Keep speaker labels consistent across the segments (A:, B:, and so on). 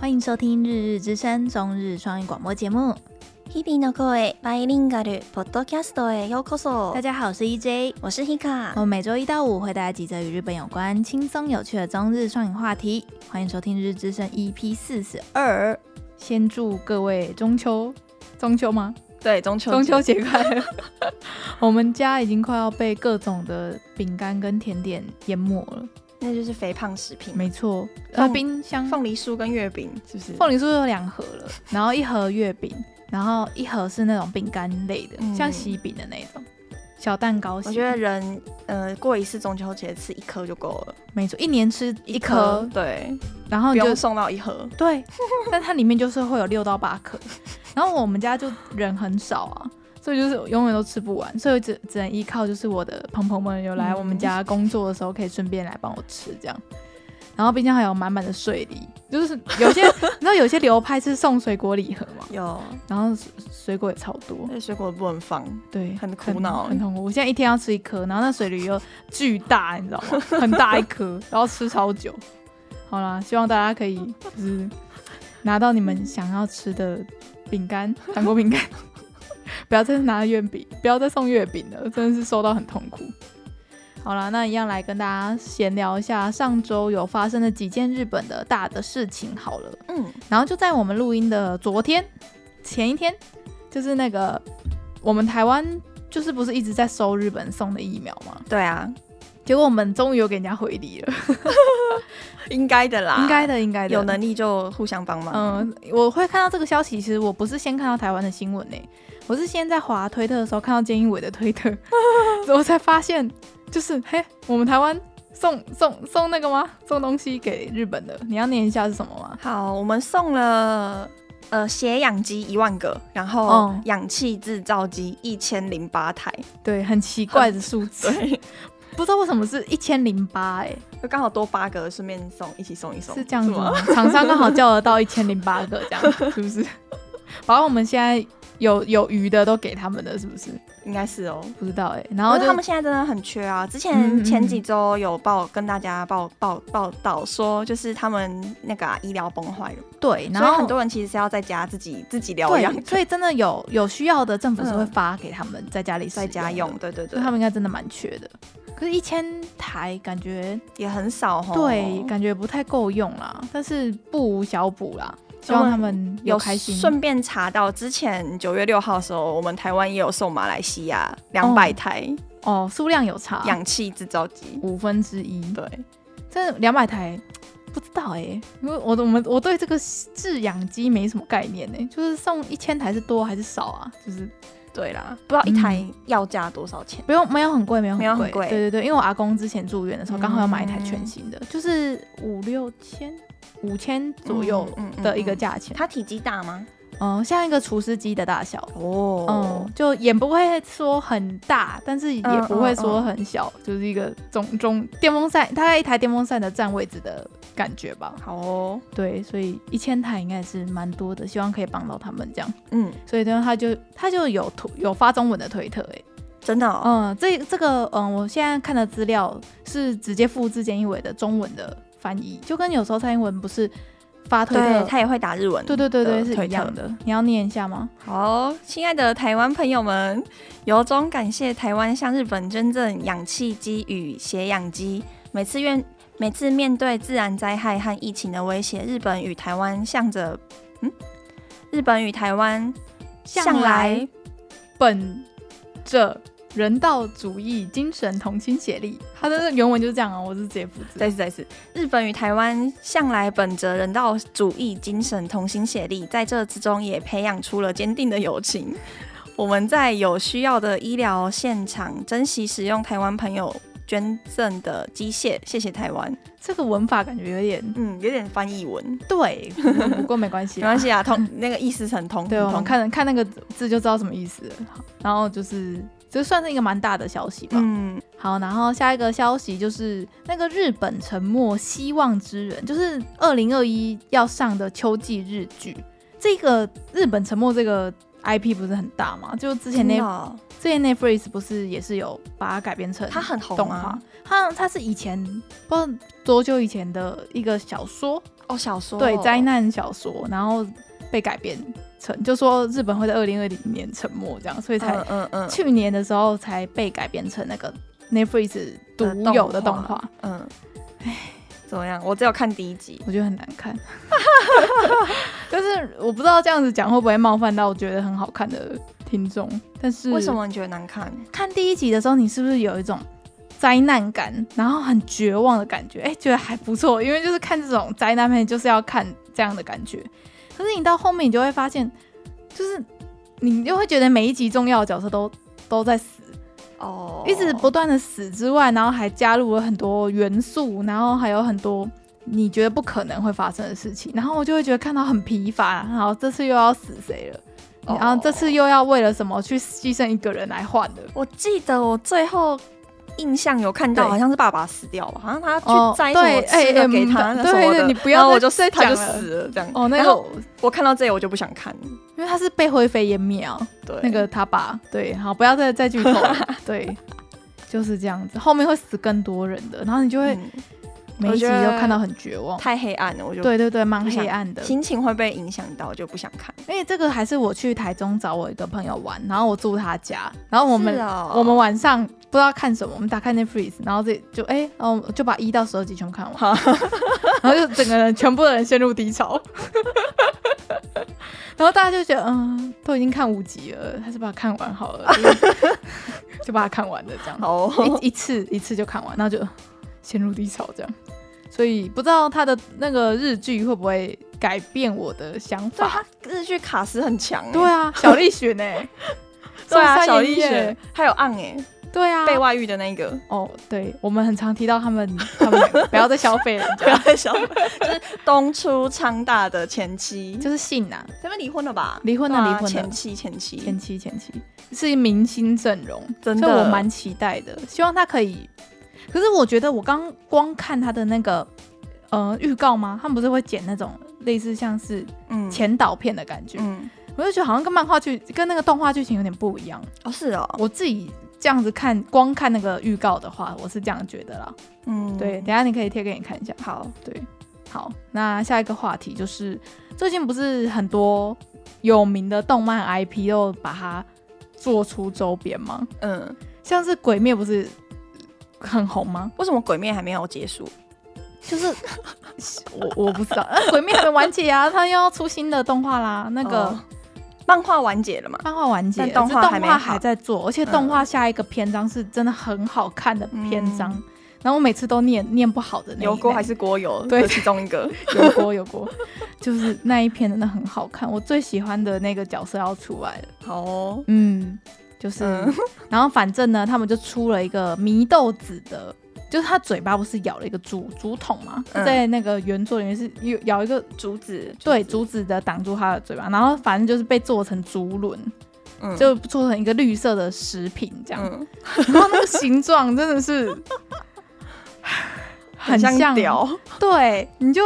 A: 欢迎收听《日日之声》中日双语广播节目。
B: 日々の声バイリンガルポッドキャストへようこそ
A: 大。家好，我是 EJ。
B: 我是 Hika
A: 我。们每周一到五会带来几则与日本有关、轻松有趣的中日双语话题。欢迎收听《日日之声》EP 四十二。先祝各位中秋，中秋吗？
B: 对，中秋
A: 中秋节快乐！ 我们家已经快要被各种的饼干跟甜点淹没了。
B: 那就是肥胖食品，
A: 没错，
B: 凤
A: 呃，冰箱
B: 凤梨酥跟月饼是不是？
A: 凤梨酥有两盒了，然后一盒月饼，然后一盒是那种饼干类的，
B: 嗯
A: 像喜饼的那种小蛋糕型。
B: 我觉得人呃过一次中秋节吃一颗就够了，
A: 没错，一年吃一颗，
B: 对，
A: 然后
B: 不
A: 你就
B: 用送到一盒。
A: 对， 但它里面就是会有六到八颗。然后我们家就人很少啊，所以就是永远都吃不完，所以只只能依靠就是我的朋友们有来
B: 嗯
A: 我们家工作的时候，可以顺便来帮我吃这样。然后冰箱还有满满的水梨，就是有些 你知道有些流派是送水果礼盒嘛，
B: 有，
A: 然后水水果也超多，
B: 那水果不能放，
A: 对，
B: 很苦恼
A: 很痛苦。我现在一天要吃一颗，然后那水梨又巨大，你知道吗？ 很大一颗，然后吃超久。好啦，希望大家可以就是拿到你们想要吃的饼干，韩国饼干， 不要再拿月饼，不要再送月饼了，真的是收到很痛苦。好啦，那一样来跟大家闲聊一下上周有发生的几件日本的大的事情好了。
B: 嗯，
A: 然后就在我们录音的昨天、前一天，就是那个我们台湾就是不是一直在收日本送的疫苗吗？
B: 对啊，
A: 结果我们终于有给人家回礼了，
B: 应该的啦，
A: 应该的，应该的，
B: 啊有能力就互相帮忙。
A: 嗯，我会看到这个消息，其实我不是先看到台湾的新闻呢、我是先在滑推特的时候看到菅义伟的推特， 然后才发现，就是嘿，我们台湾送送送那个吗？送东西给日本的，你要念一下是什么吗？
B: 好，我们送了呃血氧机一万个，然后
A: 嗯
B: 氧气制造机一千零八台，
A: 对，很奇怪的数字，
B: 对，
A: 不知道为什么是一千零八哎，
B: 就刚好多八个，顺便送一起送一哦送，
A: 是这样子吗
B: 吗？？
A: 厂商刚好叫得到一千零八个，这 样是不是？把我们现在有有余的都给他们了，是不是？
B: 应该是哦。
A: 不知道哎、然
B: 然
A: 后
B: 后
A: 就
B: 他们现在真的很缺啊！之
A: 嗯嗯
B: 前
A: 嗯
B: 前几周有报跟大家报报报道说，就是他们那个啊、医疗崩坏了，
A: 对，然
B: 所以
A: 后
B: 很多人其实是要在家自己自己疗养
A: 对，，所以真的有有需要的，政府是会发给他们嗯在家里使
B: 在家
A: 的
B: 用，，对对
A: 所
B: 对
A: 以，他们应该真的蛮缺的。可是，一千台感觉、
B: 也很少哦。
A: 对，感觉不太够用啦，但是不无小补啦。希望他们嗯有
B: 有
A: 开心，
B: 顺便查到，之前九月六号的时候，我们台湾也有送马来西亚两百台
A: 哦，啊数量有差，
B: 氧气制造机。
A: 五分之一，
B: 对，
A: 这两百台不知道哎、因为我我们我对这个制氧机没什么概念哎、就是送一千台是多还是少啊？就是
B: 对啦，不知道一台要价多少钱。
A: 不用没有很贵，没有
B: 没有很
A: 很贵，
B: 贵
A: 对对对，因为我阿公之前住院的时候，
B: 嗯
A: 刚好要买一台全新的，就是五六千、五千左右
B: 嗯嗯嗯
A: 的一个
B: 嗯
A: 价钱，
B: 它体积大吗？
A: 嗯像一个厨师机的大小。
B: 哦
A: 嗯，，就也不会说很大，但是也
B: 嗯
A: 不会
B: 嗯
A: 说很小，就是一个中中电风扇，大概一台电风扇的占位置的感觉吧。
B: 好哦，
A: 对，所以一千台应该是蛮多的，希望可以帮到他们这样。
B: 嗯，
A: 所以呢，他就他就有图有发中文的推特、欸，
B: 真的哦，
A: 嗯，这这个嗯，我现在看的资料是直接复制菅义伟的中文的翻译，就跟有时候蔡英文不是发推
B: 对
A: 特，
B: 他也会打日文。
A: 对对对对
B: 的
A: 是
B: 推
A: 一
B: 特
A: 样的。你要念一下吗？
B: 好，亲爱的台湾朋友们，由衷感谢台湾向日本捐赠氧气机与血氧机。每次愿每次面对自然灾害和疫情的威胁，日本与台湾向着嗯，日本与台湾
A: 向来本着人道主义精神同心协力，他的原文就是这样啊，我是直接复制。
B: 再次再次，日本与台湾向来本着人道主义精神同心协力，在这之中也培养出了坚定的友情。 我们在有需要的医疗现场珍惜使用台湾朋友捐赠的机械，谢谢台湾。
A: 这个文法感觉有点
B: 嗯，有点翻译文，
A: 对，不过没关系
B: 没
A: 啦，
B: 关系啊，通 那个意思很通，
A: 对，我
B: 很
A: 们
B: 通。
A: 看看那个字就知道什么意思了。好然后就是，这算是一个蛮大的消息吧。
B: 嗯，
A: 好，然后下一个消息就是那个日本沉没希望之人，就是二零二一要上的秋季日剧。这个日本沉没这个 IP 不是很大嘛？就之前那
B: 真的哦
A: 之前那 freeze 不是也是有把它改编成
B: 它很红
A: 动画
B: 啊，，
A: 它它是以前不知道多久以前的一个小说
B: 哦，小说
A: 对灾难小说，然后被改编成，就说日本会在二零二零年沉没这样，所以才、
B: 嗯嗯嗯
A: 去年的时候才被改编成那个 Netflix 独有的动画，
B: 嗯，怎么样？我只有看第一集，
A: 我觉得很难看。 就是我不知道这样子讲会不会冒犯到我觉得很好看的听众，但是
B: 为什么你觉得难看？
A: 看第一集的时候，你是不是有一种灾难感，然后很绝望的感觉？哎、觉得还不错，因为就是看这种灾难片，就是要看这样的感觉。可是你到后面，你就会发现，就是你就会觉得每一集重要的角色都 都在死，
B: 哦，
A: 一直不断的死之外，然后还加入了很多元素，然后还有很多你觉得不可能会发生的事情，然后我就会觉得看到很疲乏，然后这次又要死谁了？
B: 哦
A: 然后这次又要为了什么去牺牲一个人来换的？
B: 我记得我最后印象有看到，
A: 对
B: 好像是爸爸死掉了，好像他
A: 哦
B: 去摘什么
A: 对哎
B: 吃的
A: 哎
B: 给
A: 嗯
B: 他，
A: 对
B: 那什么
A: 对
B: 的
A: 你不要
B: 然后
A: 再
B: 我就
A: 再
B: 他就
A: 讲了
B: 死了这样。
A: 哦，那
B: 然
A: 个
B: 后我看到这里我就不想看，
A: 因为他是被灰飞烟灭啊，
B: 对，
A: 那个他爸，对，好，不要再再剧透 了，对，就是这样子，后面会死更多人的，然后你就会
B: 嗯
A: 每一集
B: 我觉得
A: 都看到很绝望，
B: 太黑暗了，我就
A: 对对对，蛮
B: 不想
A: 黑暗的。
B: 心情会被影响到，就不想看。
A: 因为这个还是我去台中找我一个朋友玩，然后我住他家，然后我们、
B: 是哦
A: 我们晚上不知道看什么，我们打开 Netflix，然后这就哎，哦、就把一到十二集全部看完，
B: 好，
A: 然后就整个人全部的人陷入低潮， 然后大家就觉得，嗯，都已经看五集了，还是把它看完好了， 就就把它看完了这样，
B: 好哦，
A: 一一次一次就看完，然后就陷入低潮这样。所以不知道他的那个日剧会不会改变我的想
B: 对啊
A: 法
B: 他？日剧卡斯很强欸，
A: 对啊，小栗旬哎、
B: 对啊，
A: 松山
B: 小
A: 英
B: 丽雪
A: 叶，
B: 还有暗哎，
A: 对啊，
B: 被外遇的那 个，
A: 哦，对，我们很常提到他们，他们两个不要再消费人
B: 不要
A: 家，
B: 再想了，就是东出昌大的前 妻，
A: 就是信啊，
B: 他们离婚了吧？
A: 离婚了
B: 对啊
A: 离婚了
B: 前妻前妻
A: 前期前期是明星阵容，
B: 真
A: 所以
B: 的
A: 我蛮期待的，希望他可以。可是我觉得我刚光看他的那个呃预告吗？他们不是会剪那种类似像是
B: 嗯
A: 前导片的感觉，
B: 嗯
A: 我就觉得好像跟漫画剧跟那个动画剧情有点不一样。
B: 哦是哦
A: 我自己这样子看，光看那个预告的话，我是这样觉得啦。
B: 嗯
A: 对，等一下你可以贴给你看一下。
B: 好
A: 对，好，那下一个话题就是最近不是很多有名的动漫 IP 都把它做出周边吗？
B: 嗯
A: 像是《鬼灭》不是很红吗？
B: 为什么鬼灭还没有结束？
A: 就是我我不知道，那《 鬼灭》还没完结啊，它又要出新的动画啦，那个。
B: 哦漫画完结了嘛？
A: 漫画完结了，
B: 但动画
A: 只是
B: 还没
A: 动画
B: 好嗯
A: 还在做，而且动画下一个篇章是真的很好看的篇章，然后我每次都念念不好的那一
B: 油锅
A: 类
B: 嗯还是锅油？
A: 对
B: 这其中一个
A: 有过有过，就是那一篇真的很好看，我最喜欢的那个角色要出来了，
B: 好哦，
A: 嗯，就是，
B: 嗯
A: 然后反正呢，他们就出了一个祢豆子的，就是他嘴巴不是咬了一个竹竹筒嘛，
B: 嗯
A: 在那个原作里面是有咬一个
B: 竹子
A: 对竹子的挡住他的嘴巴，然后反正就是被做成竹轮，
B: 嗯
A: 就做成一个绿色的食品这样，
B: 嗯
A: 然后那个形状真的 是很
B: 像屌，
A: 对，你就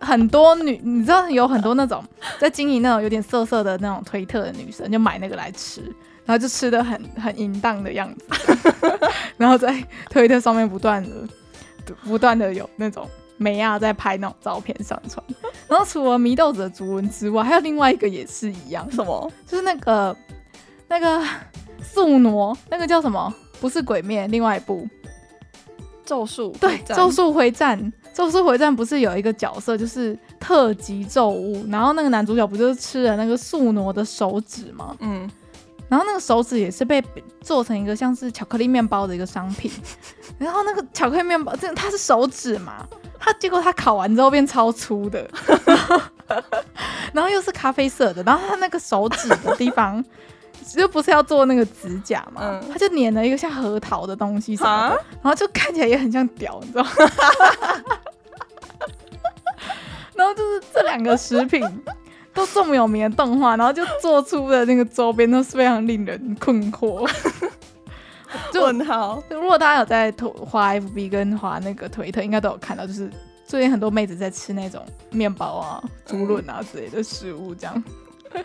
A: 很多女，你知道有很多那种在经营那种有点色色的那种推特的女生，就买那个来吃，然后就吃的很很淫荡的样子， 然后在推特上面不断的不断的有那种美亚在拍那种照片上传，然后除了祢豆子的竹纹之外，还有另外一个也是一样，
B: 什么？
A: 就是那个那个宿挪，那个叫什么？不是鬼灭，另外一部
B: 咒术
A: 对，
B: 回
A: 《
B: 战
A: 咒术回战》《咒术回战》不是有一个角色就是特级咒物，然后那个男主角不就是吃了那个宿傩的手指吗？
B: 嗯
A: 然后那个手指也是被做成一个像是巧克力面包的一个商 品，然后那个巧克力面包，这它是手指嘛，它结果它烤完之后变超粗 的，然后又是咖啡色的，然后它那个手指的地方。就不是要做那个指甲嘛，
B: 嗯
A: 它就粘了一个像核桃的东西什么
B: 啊
A: 的，然后就看起来也很像屌， 你知道吗？然后就是这两个食品都这么有名的动画，然后就做出的那个周边都是非常令人困惑。就
B: 问号
A: 如果大家有在投滑 FB 跟滑那个推特，应该都有看到，就是最近很多妹子在吃那种面包啊、猪润啊之类的食物，这样。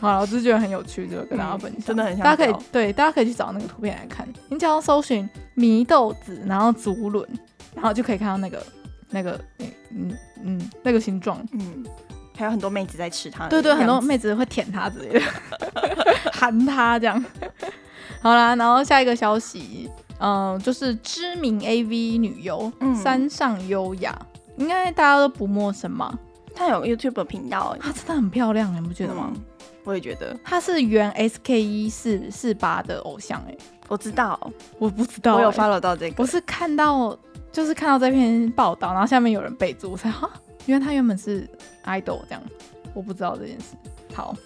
A: 好了，我只是觉得很有趣，就跟大家分享，
B: 嗯真的很想
A: 大家可以
B: 聊
A: 对，大家可以去找那个图片来看。你只要搜寻祢豆子，然后竹轮，然后就可以看到那个那个，嗯嗯嗯，那个形状。
B: 嗯，还有很多妹子在吃它的
A: 对
B: 啊样子，
A: 对，很多妹子会舔它之类的， 含它这样。好啦，然后下一个消息，嗯、就是知名 AV 女优、
B: 嗯
A: 山上优雅，应该大家都不陌生嘛。
B: 它有 YouTube 频道，
A: 她真的很漂亮、你不觉得吗？
B: 嗯？我也觉得，
A: 她是原 SKE 四四八的偶像哎、
B: 我知道，
A: 我不知道、
B: 我有
A: 欸
B: follow 到这
A: 我
B: 个，
A: 是看到就是看到这篇报道，然后下面有人备注，我才哈，因为他原本是 idol 这样，我不知道这件事。好，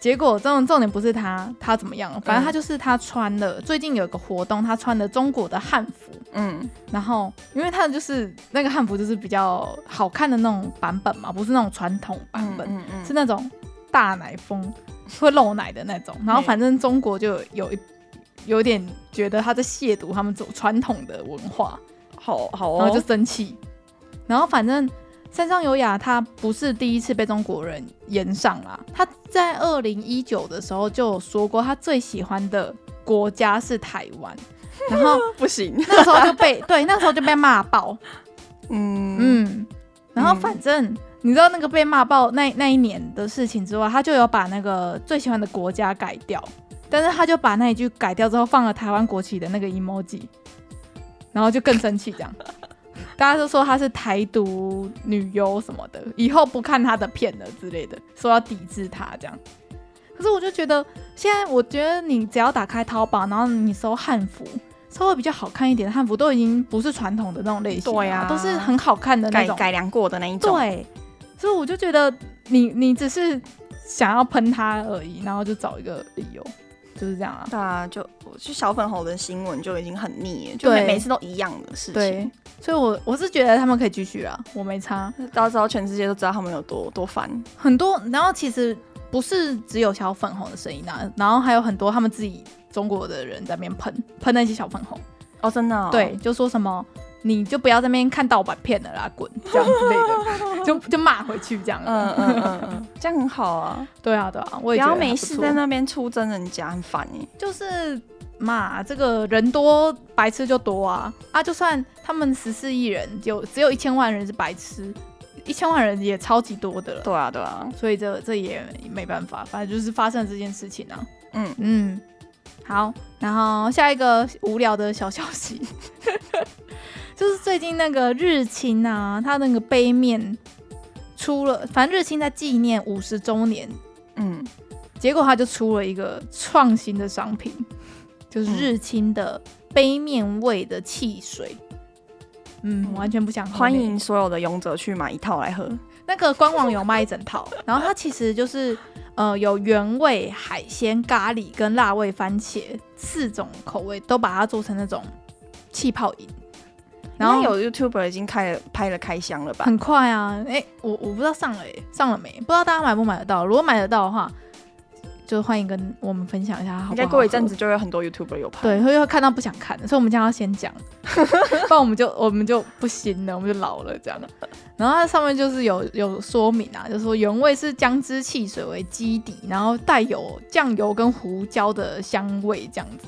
A: 结果重重点不是他他怎么
B: 嗯
A: 样，反正他就是他穿了、最近有个活动，他穿了中国的汉服，
B: 嗯
A: 然后因为他就是那个汉服就是比较好看的那种版本嘛，不是那种传统版
B: 嗯
A: 本，
B: 嗯嗯，
A: 是那种大奶风会露奶的那种。
B: 嗯
A: 然后反正中国就有一有点觉得他在亵渎他们这种传统的文化，
B: 好好
A: 然后就
B: 哦，
A: 生气。然后反正山上优雅她不是第一次被中国人延上啦，她在二零一九的时候就有说过，她最喜欢的国家是台湾。然后
B: 不行，
A: 那时候就被对，那时候就被骂爆，
B: 嗯嗯
A: 嗯，然后
B: 嗯
A: 反正、你知道那个被骂爆那那一年的事情之外，他就有把那个最喜欢的国家改掉，但是他就把那一句改掉之后放了台湾国旗的那个 emoji，然后就更生气这 样。大家都说她是台独女优什么的，以后不看她的片了之类的，说要抵制她这样。可是我就觉得，现在我觉得你只要打开淘宝，然后你搜汉服，稍微比较好看一点的汉服，都已经不是传统的那种类型了，
B: 对啊
A: 都是很好看的那
B: 改
A: 种。
B: 改良过的那一种，
A: 对，所以我就觉得你你只是想要喷他而已，然后就找一个理由，就是这样啊。
B: 对啊，就我就小粉红的新闻就已经很腻了，就
A: 对
B: 每每次都一样的事
A: 对
B: 情，，
A: 所以我我是觉得他们可以继续啊，我没差。
B: 到时候全世界都知道他们有多多烦，
A: 很多，然后其实不是只有小粉红的声音啊，然后还有很多他们自己中国的人在那边喷喷那些小粉红，
B: 哦，真的、哦，
A: 对，，就说什么你就不要在那边看盗版片了啦，滚这样之类的，就就骂回去这样。
B: 嗯嗯嗯嗯， 这样很好啊，
A: 对啊对啊，我
B: 不
A: 也觉得
B: 要
A: 还
B: 没
A: 不
B: 事
A: 错
B: 在那边出征人家，很烦哎、
A: 就是嘛，这个人多白痴就多啊啊！就算他们十四亿人，就只有一千万人是白痴，一千万人也超级多的了。
B: 对啊，对啊，
A: 所以这这也没办法，反正就是发生了这件事情啊。
B: 嗯
A: 嗯，好，然后下一个无聊的小消息， 就是最近那个日清啊，它那个杯面出了，反正日清在纪念五十周年
B: 嗯，
A: 结果他就出了一个创新的商品，就是日清的杯面味的汽水。嗯，
B: 嗯
A: 完全不想喝
B: 欢
A: 那个
B: 迎所有的勇者去买一套来喝，
A: 那个官网有卖一整套，然后它其实就是呃有原味、海鲜、咖喱跟辣味番茄四种口味，都把它做成那种气泡饮。然后
B: 应该有 YouTuber 已经开了拍了开箱了吧？
A: 很快啊！哎、我我不知道上了、欸、上了没，不知道大家买不买得到。如果买得到的话，就欢迎跟我们分享一下好不好喝。
B: 应该过一阵子就会有很多 YouTuber 有拍，
A: 对，会会看到不想看的，所以我们这样要先 讲，不然我们就我们就不行了，我们就老了这样。然后它上面就是有有说明啊，就是说原味是姜汁汽水为基底，然后带有酱油跟胡椒的香味这样子，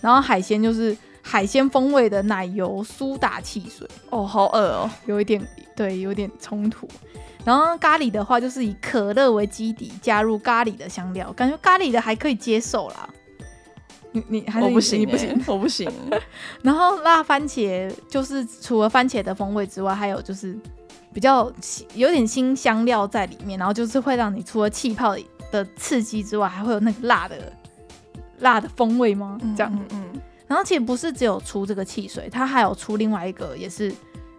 A: 然后海鲜就是海鲜风味的奶油苏打汽水，
B: 哦，好饿哦，
A: 有一点对，有点冲突。然后咖喱的话，就是以可乐为基底，加入咖喱的香料，感觉咖喱的还可以接受啦。你你还是
B: 我
A: 你
B: 不行、
A: 你
B: 欸，
A: 不行，，
B: 我不行，
A: 然后辣番茄就是除了番茄的风味之外，还有就是比较新有点新香料在里面，然后就是会让你除了气泡的刺激之外，还会有那个辣的辣的风味吗？ 这样。
B: 嗯嗯，嗯
A: 然后其实不是只有出这个汽水，它还有出另外一个也是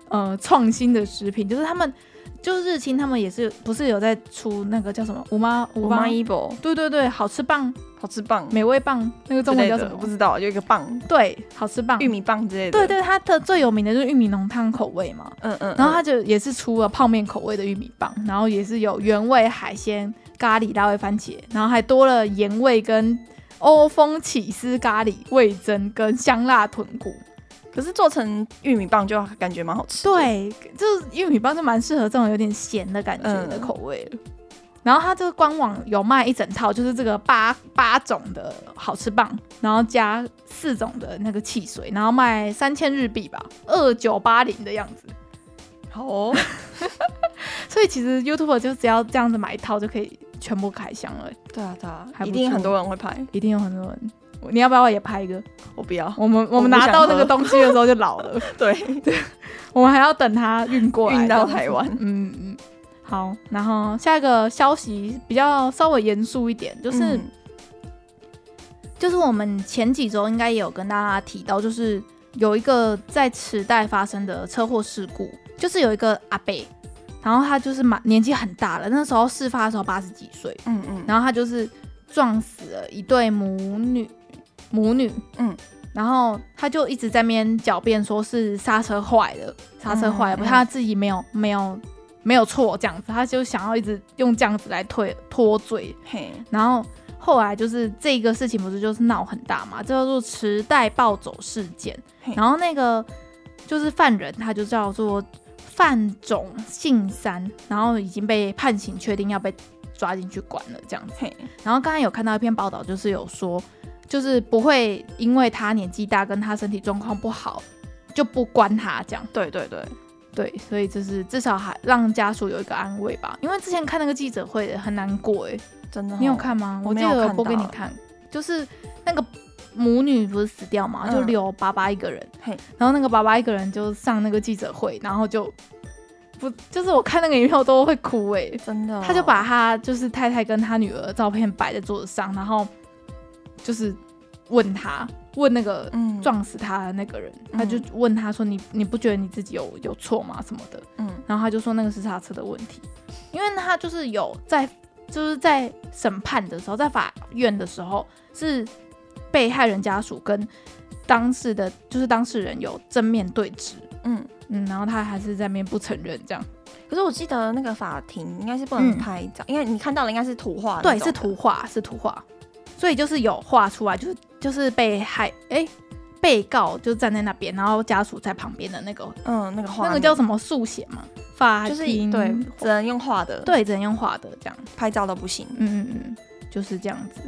A: 呃创新的食品，就是他们就是日清他们也是不是有在出那个叫什么五妈
B: 五
A: 五
B: 妈
A: 妈
B: 一博，
A: 对对对，好吃棒、
B: 好吃棒，
A: 美味棒，那个中文叫什
B: 之类的不
A: 么？
B: 知道，就一个棒，
A: 对，好吃 棒
B: 玉。米棒之类的，
A: 对，对，它的最有名的就是玉米浓汤口味嘛，
B: 嗯嗯，
A: 然后
B: 嗯
A: 它就也是出了泡面口味的玉米棒，然后也是有原味海鲜咖喱辣味番茄，然后还多了盐味跟欧风起司咖喱味增跟香辣豚骨。
B: 可是做成玉米棒就感觉蛮好吃，，
A: 对，就是玉米棒就蛮适合这种有点咸的感觉的
B: 嗯
A: 口味了。然后它这个官网有卖一整套，就是这个八八种的好吃棒，然后加四种的那个汽水，然后卖三千日币吧，二九八零的样子。
B: 好 哦，
A: 所以其实 YouTube 就只要这样子买一套就可以全部开箱了，
B: 对啊对啊
A: 还，不
B: 一定
A: 错
B: 很多人会拍，
A: 一定有很多人。我你要不要也拍一个？
B: 我不要，
A: 我们我们
B: 我不
A: 拿
B: 想
A: 到那
B: 喝
A: 个东西的时候就老 了，
B: 对，
A: 我们还要等它运过来，
B: 运
A: 这
B: 到
A: 样子
B: 台湾，
A: 嗯嗯，好，然后下一个消息比较稍微严肃一点，就是、
B: 嗯
A: 就是我们前几周应该也有跟大家提到，就是有一个在池袋发生的车祸事故，就是有一个阿贝，然后他就是蛮年纪很大了，那时候事发的时候八十几岁，
B: 嗯嗯，
A: 然后他就是撞死了一对母女，母女，
B: 嗯，
A: 然后他就一直在那边狡辩，说是刹车坏了，刹车坏了，
B: 嗯嗯
A: 他自己没有没有没有错这样子，他就想要一直用这样子来推脱罪，
B: 嘿，
A: 然后后来就是这个事情不是就是闹很大嘛，叫做池袋暴走事件
B: 嘿，
A: 然后那个就是犯人他就叫做范种信三，然后已经被判刑，确定要被抓进去关了这样子。
B: 嘿，
A: 然后刚才有看到一篇报道，就是有说，就是不会因为他年纪大跟他身体状况不好就不关他这样。
B: 对对对，
A: 对，所以就是至少还让家属有一个安慰吧。因为之前看那个记者会很难过哎、
B: 真的，哦
A: 你有？看吗？
B: 我
A: 记
B: 没有
A: 得有
B: 看
A: 播给
B: 到
A: 你看，就是那个母女不是死掉嘛，就
B: 嗯
A: 留爸爸一个人，
B: 嘿
A: 然后那个爸爸一个人就上那个记者会，然后就不就是我看那个影片我都会哭哎、
B: 真的哦，
A: 他就把他就是太太跟他女儿的照片摆在桌子上，然后就是问他问那个
B: 嗯
A: 撞死他的那个人，
B: 嗯
A: 他就问他说你你不觉得你自己有有错吗什么的，
B: 嗯
A: 然后他就说那个是刹车的问题，因为他就是有在就是在审判的时候，在法院的时候是被害人家属跟当事的，就是当事人有正面对峙，
B: 嗯，
A: 嗯，然后他还是在那边不承认这样，
B: 可是我记得那个法庭应该是不
A: 嗯
B: 能拍照，因为你看到的应该是图画那
A: 对，
B: 种的，
A: 是图画，是图画，所以就是有画出来，就是就是被害哎、被告就站在那边，然后家属在旁边的那个
B: 嗯，那个画
A: 那个
B: 面
A: 叫什么速写嘛，法
B: 就是
A: 庭
B: 对，只能用画的，，
A: 对，只能用画的这样。
B: 拍照都不行。
A: 嗯嗯，嗯，就是这样子。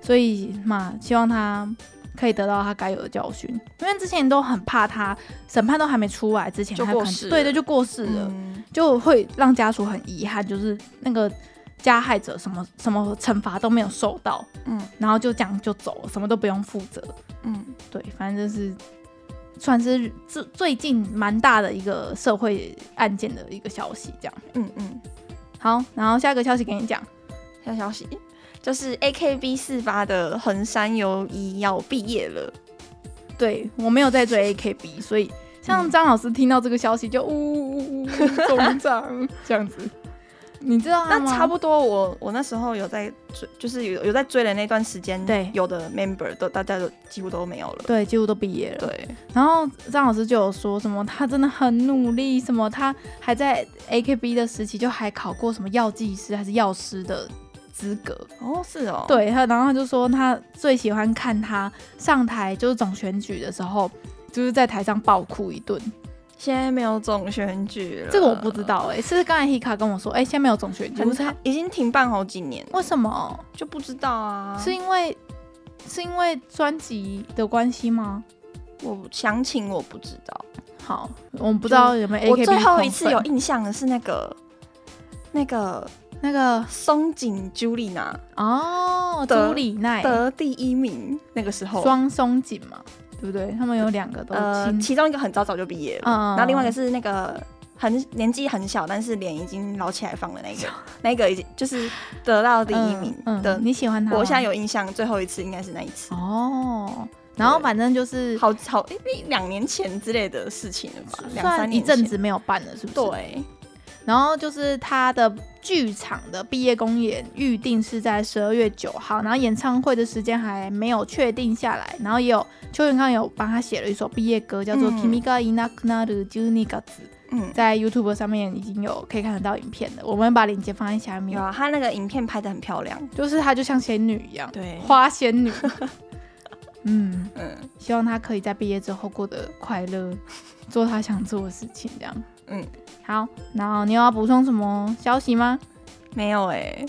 A: 所以嘛，希望他可以得到他该有的教训，因为之前都很怕他审判都还没出来之前
B: 就
A: 他
B: 过
A: 可能
B: 世
A: 对
B: 了
A: 对，就过世了，
B: 嗯
A: 就会让家属很遗憾，就是那个加害者什么什么惩罚都没有受到，
B: 嗯
A: 然后就这样就走了，什么都不用负责。
B: 嗯，
A: 对，反正就是算是最最近蛮大的一个社会案件的一个消息，这样。
B: 嗯嗯，
A: 好，然后下一个消息给你讲。
B: 小消息就是 AKB 四八的横山由依要毕业了，
A: 对我没有在追 AKB，所以像
B: 嗯
A: 张老师听到这个消息就呜呜呜呜肿 胀这样子，你知道他
B: 那
A: 吗？
B: 差不多我我那时候有在追，就是有有在追的那段时间，
A: 对
B: 有的 member 都大家都几乎都没有了，
A: 对，几乎都毕业了。
B: 对，
A: 然后张老师就有说什么，他真的很努力，什么他还在 AKB 的时期就还考过什么药剂师还是药师的资格。
B: 哦是哦，，
A: 对他，然后他就说他最喜欢看他上台，就是总选举的时候，就是在台上暴哭一顿。
B: 现在没有总选举了，
A: 这个我不知，道哎、是刚才 Hika 跟我说，哎、现在没有总选举，
B: 很
A: 我才
B: 长已经停办好几年了，
A: 为什么？
B: 就不知道啊，
A: 是因为是因为专辑的关系吗？
B: 我详情我不知道，
A: 好，我们不知道有没有 AKB
B: 我最后一
A: 狂
B: 次
A: 粉
B: 有印象的是那个那个
A: 那个
B: 松井 Julina
A: 哦，
B: 的
A: 朱里奈
B: 得第一名，那个时候。
A: 双松紧嘛，对不对？他们有两个都
B: 哦呃，
A: 亲，
B: 其中一个很早早就毕业了，
A: 嗯
B: 然后另外一个是那个很年纪很小，但是脸已经捞起来放的 那个，那个已经就是得到第一名
A: 嗯嗯
B: 的。
A: 你喜欢他吗？
B: 我现在有印象，最后一次应该是那一次，
A: 哦，然后
B: 对
A: 反正就是
B: 好好诶诶两年前之类的事情了吧，两三
A: 算一
B: 年
A: 阵
B: 前
A: 子没有办了，是不是？。
B: 对，
A: 然后就是他的剧场的毕业公演预定是在十二月九号，然后演唱会的时间还没有确定下来。然后也有邱元康有帮他写了一首毕业歌，叫做《
B: 嗯
A: Kimi ga inaku naru juni ga z
B: 嗯，
A: 在 YouTube 上面已经有可以看得到影片的，我们把链接放在下面
B: 有。啊，他那个影片拍的很漂亮，
A: 就是她就像仙女一样，
B: 对
A: 花仙 女。嗯，
B: 嗯
A: 希望她可以在毕业之后过得快乐，做她想做的事情，这样。
B: 嗯，
A: 好，然后你有要补充什么消息吗？
B: 没有哎、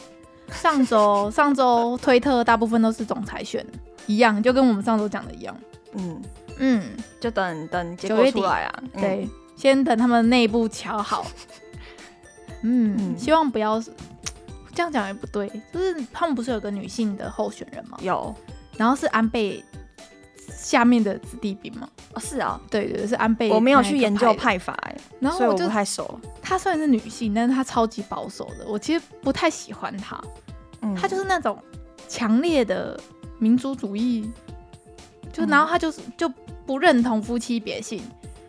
A: 上 周上周推特大部分都是总裁选，一样，就跟我们上周讲的一样。
B: 嗯，
A: 嗯，
B: 就等等结
A: 九
B: 果
A: 月底
B: 出来啊，嗯
A: 对，先等他们内部瞧好。嗯，
B: 嗯
A: 希望不要是这样讲也不对，就是他们不是有个女性的候选人吗？
B: 有
A: 然后是安倍下面的子弟兵嘛？
B: 哦，是啊、
A: 对对，对是安倍。
B: 我没有去研究
A: 派
B: 派法、欸，
A: 的，然后
B: 所以我
A: 就
B: 不太熟。
A: 她虽然是女性，但是她超级保守的，我其实不太喜欢她。
B: 嗯，
A: 她就是那种强烈的民族主义，就
B: 嗯
A: 然后她就是就不认同夫妻别姓，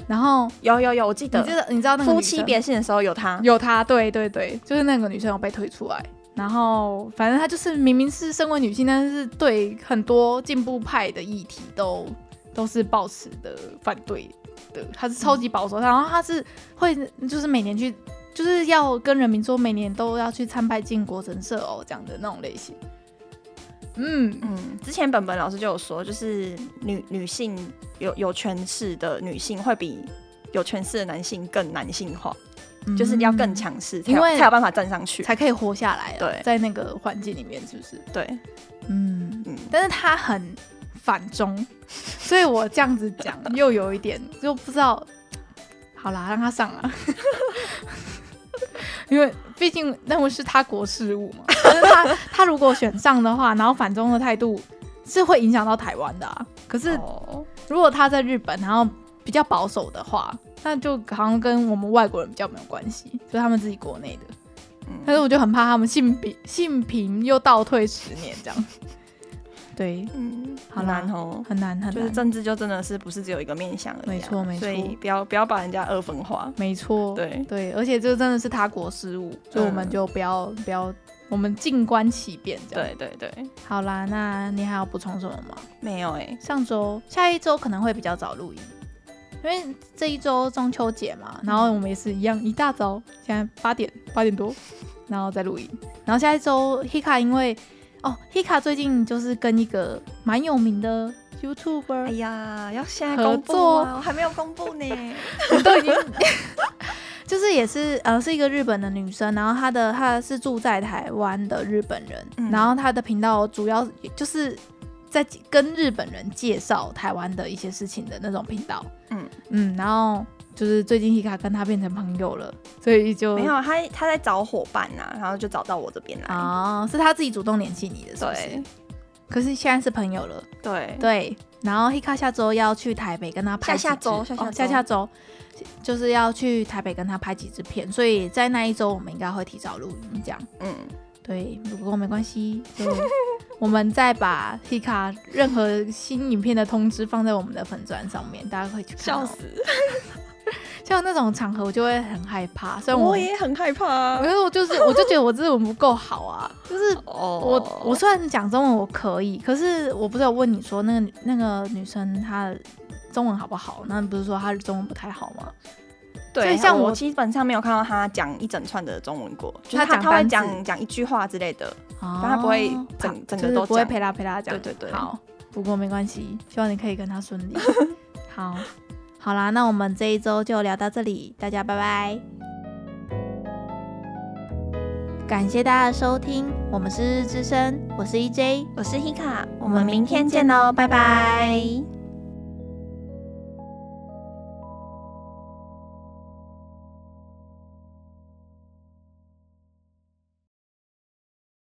A: 然后
B: 有有有，我记
A: 你
B: 得
A: 知道你知道那个
B: 夫
A: 女
B: 妻
A: 生
B: 别姓的时候有他，
A: 有她，对对对，就是那个女生有被推出来。然后，反正她就是明明是身为女性，但是对很多进步派的议题都都是抱持的反对的，她是超级保守。然后她是会就是每年去，就是要跟人民说每年都要去参拜靖国神社哦，这样的那种类型。嗯，
B: 嗯，之前本本老师就有说，就是女女性有有权势的女性会比有权势的男性更男性化，就是要更强势，才
A: 嗯
B: 有
A: 因为
B: 才有办法站上去。
A: 才可以活下来啊。
B: 嗯对
A: 在那个环境里面，是不是？
B: 对，
A: 嗯，
B: 嗯，
A: 但是他很反中， 所以我这样子讲又有一点就不知道。好啦，让 他上啊，因为毕竟那会是他国事务 嘛。但是他他如果选上的话，然后反中的态度是会影响到台湾的、啊。可是
B: 哦
A: 如果他在日本，然后比较保守的话，那就好像跟我们外国人比较没有关系，就是他们自己国内的。但
B: 嗯，
A: 是我就很怕他们性平性平又倒退十年这 样。对，
B: 嗯，
A: 好
B: 好
A: 啦
B: 难哦。
A: 很难很
B: 就
A: 难，
B: 是政治就真的是不是只有一个面向而已啊、
A: 没错没错
B: 所以不要不要把人家二分化。
A: 没错，
B: 对，
A: 而且这真的是他国事务，所以我们就不要、不要，我们静观其变这样。
B: 对对对，
A: 好啦，那你还要补充什么吗？
B: 没有哎、
A: 上周下一周可能会比较早录音，因为这一周中秋节嘛，然后我们也是一样，一大早现在八点八点多，然后再录音，然后下一周 Hika 因为哦 Hika 最近就是跟一个蛮有名的 YouTuber
B: 哎呀，要现在
A: 合
B: 公布
A: 作
B: 啊，我还没有 公布呢。
A: 我哎都已经， 就是也是呃是一个日本的女生，然后她的她是住在台湾的日本人，
B: 嗯
A: 然后她的频道主要就是在跟日本人介绍台湾的一些事情的那种频道，嗯
B: 嗯
A: 嗯，然后就是最近 Hika 跟她变成朋友了，所以就
B: 没有，他他在找伙伴呐、然后就找到我这边来。
A: 哦，是她自己主动联系你的，是不是
B: 对？
A: 可是现在是朋友了，
B: 对，
A: 对。然后 Hika 下周要去台北跟他拍
B: 下
A: 几
B: 下
A: 支
B: 周下下
A: 哦
B: 周
A: 下下周就是要去台北跟他拍几支片，所以在那一周我们应该会提早录音这样。
B: 嗯，
A: 对，不过没关系， 就我们再把 Hika 任何新影片的通知放在我们的粉砖上面，大家可以去看、哦。！像那种场合我就会很害怕，虽然我
B: 我也很害怕啊
A: 可。是我就是我就觉得我日文不够好啊，就是
B: 哦
A: 我我虽然讲中文我可以，可是我不是有问你说那个女那个女生她中文好不好？那你不是说她中文不太好吗？所以
B: 对，
A: 像
B: 像
A: 我
B: 我基本上没有看到他讲一整串的中文过，就是
A: 他
B: 他
A: 讲
B: 他会
A: 单字
B: 讲讲一句话之类的。
A: 啊
B: 她不会整整个都
A: 不会
B: 讲
A: 陪啦陪啦讲。
B: 对对对
A: 好，不过没关系，希望你可以跟她顺 利。好，好啦，那我们这一周就聊到这里，大家拜拜。感谢大家的收听，我们是日之声，我是 E EJ，
B: 啊我是 Hika，
A: 我们明天见哦
B: 喽，拜拜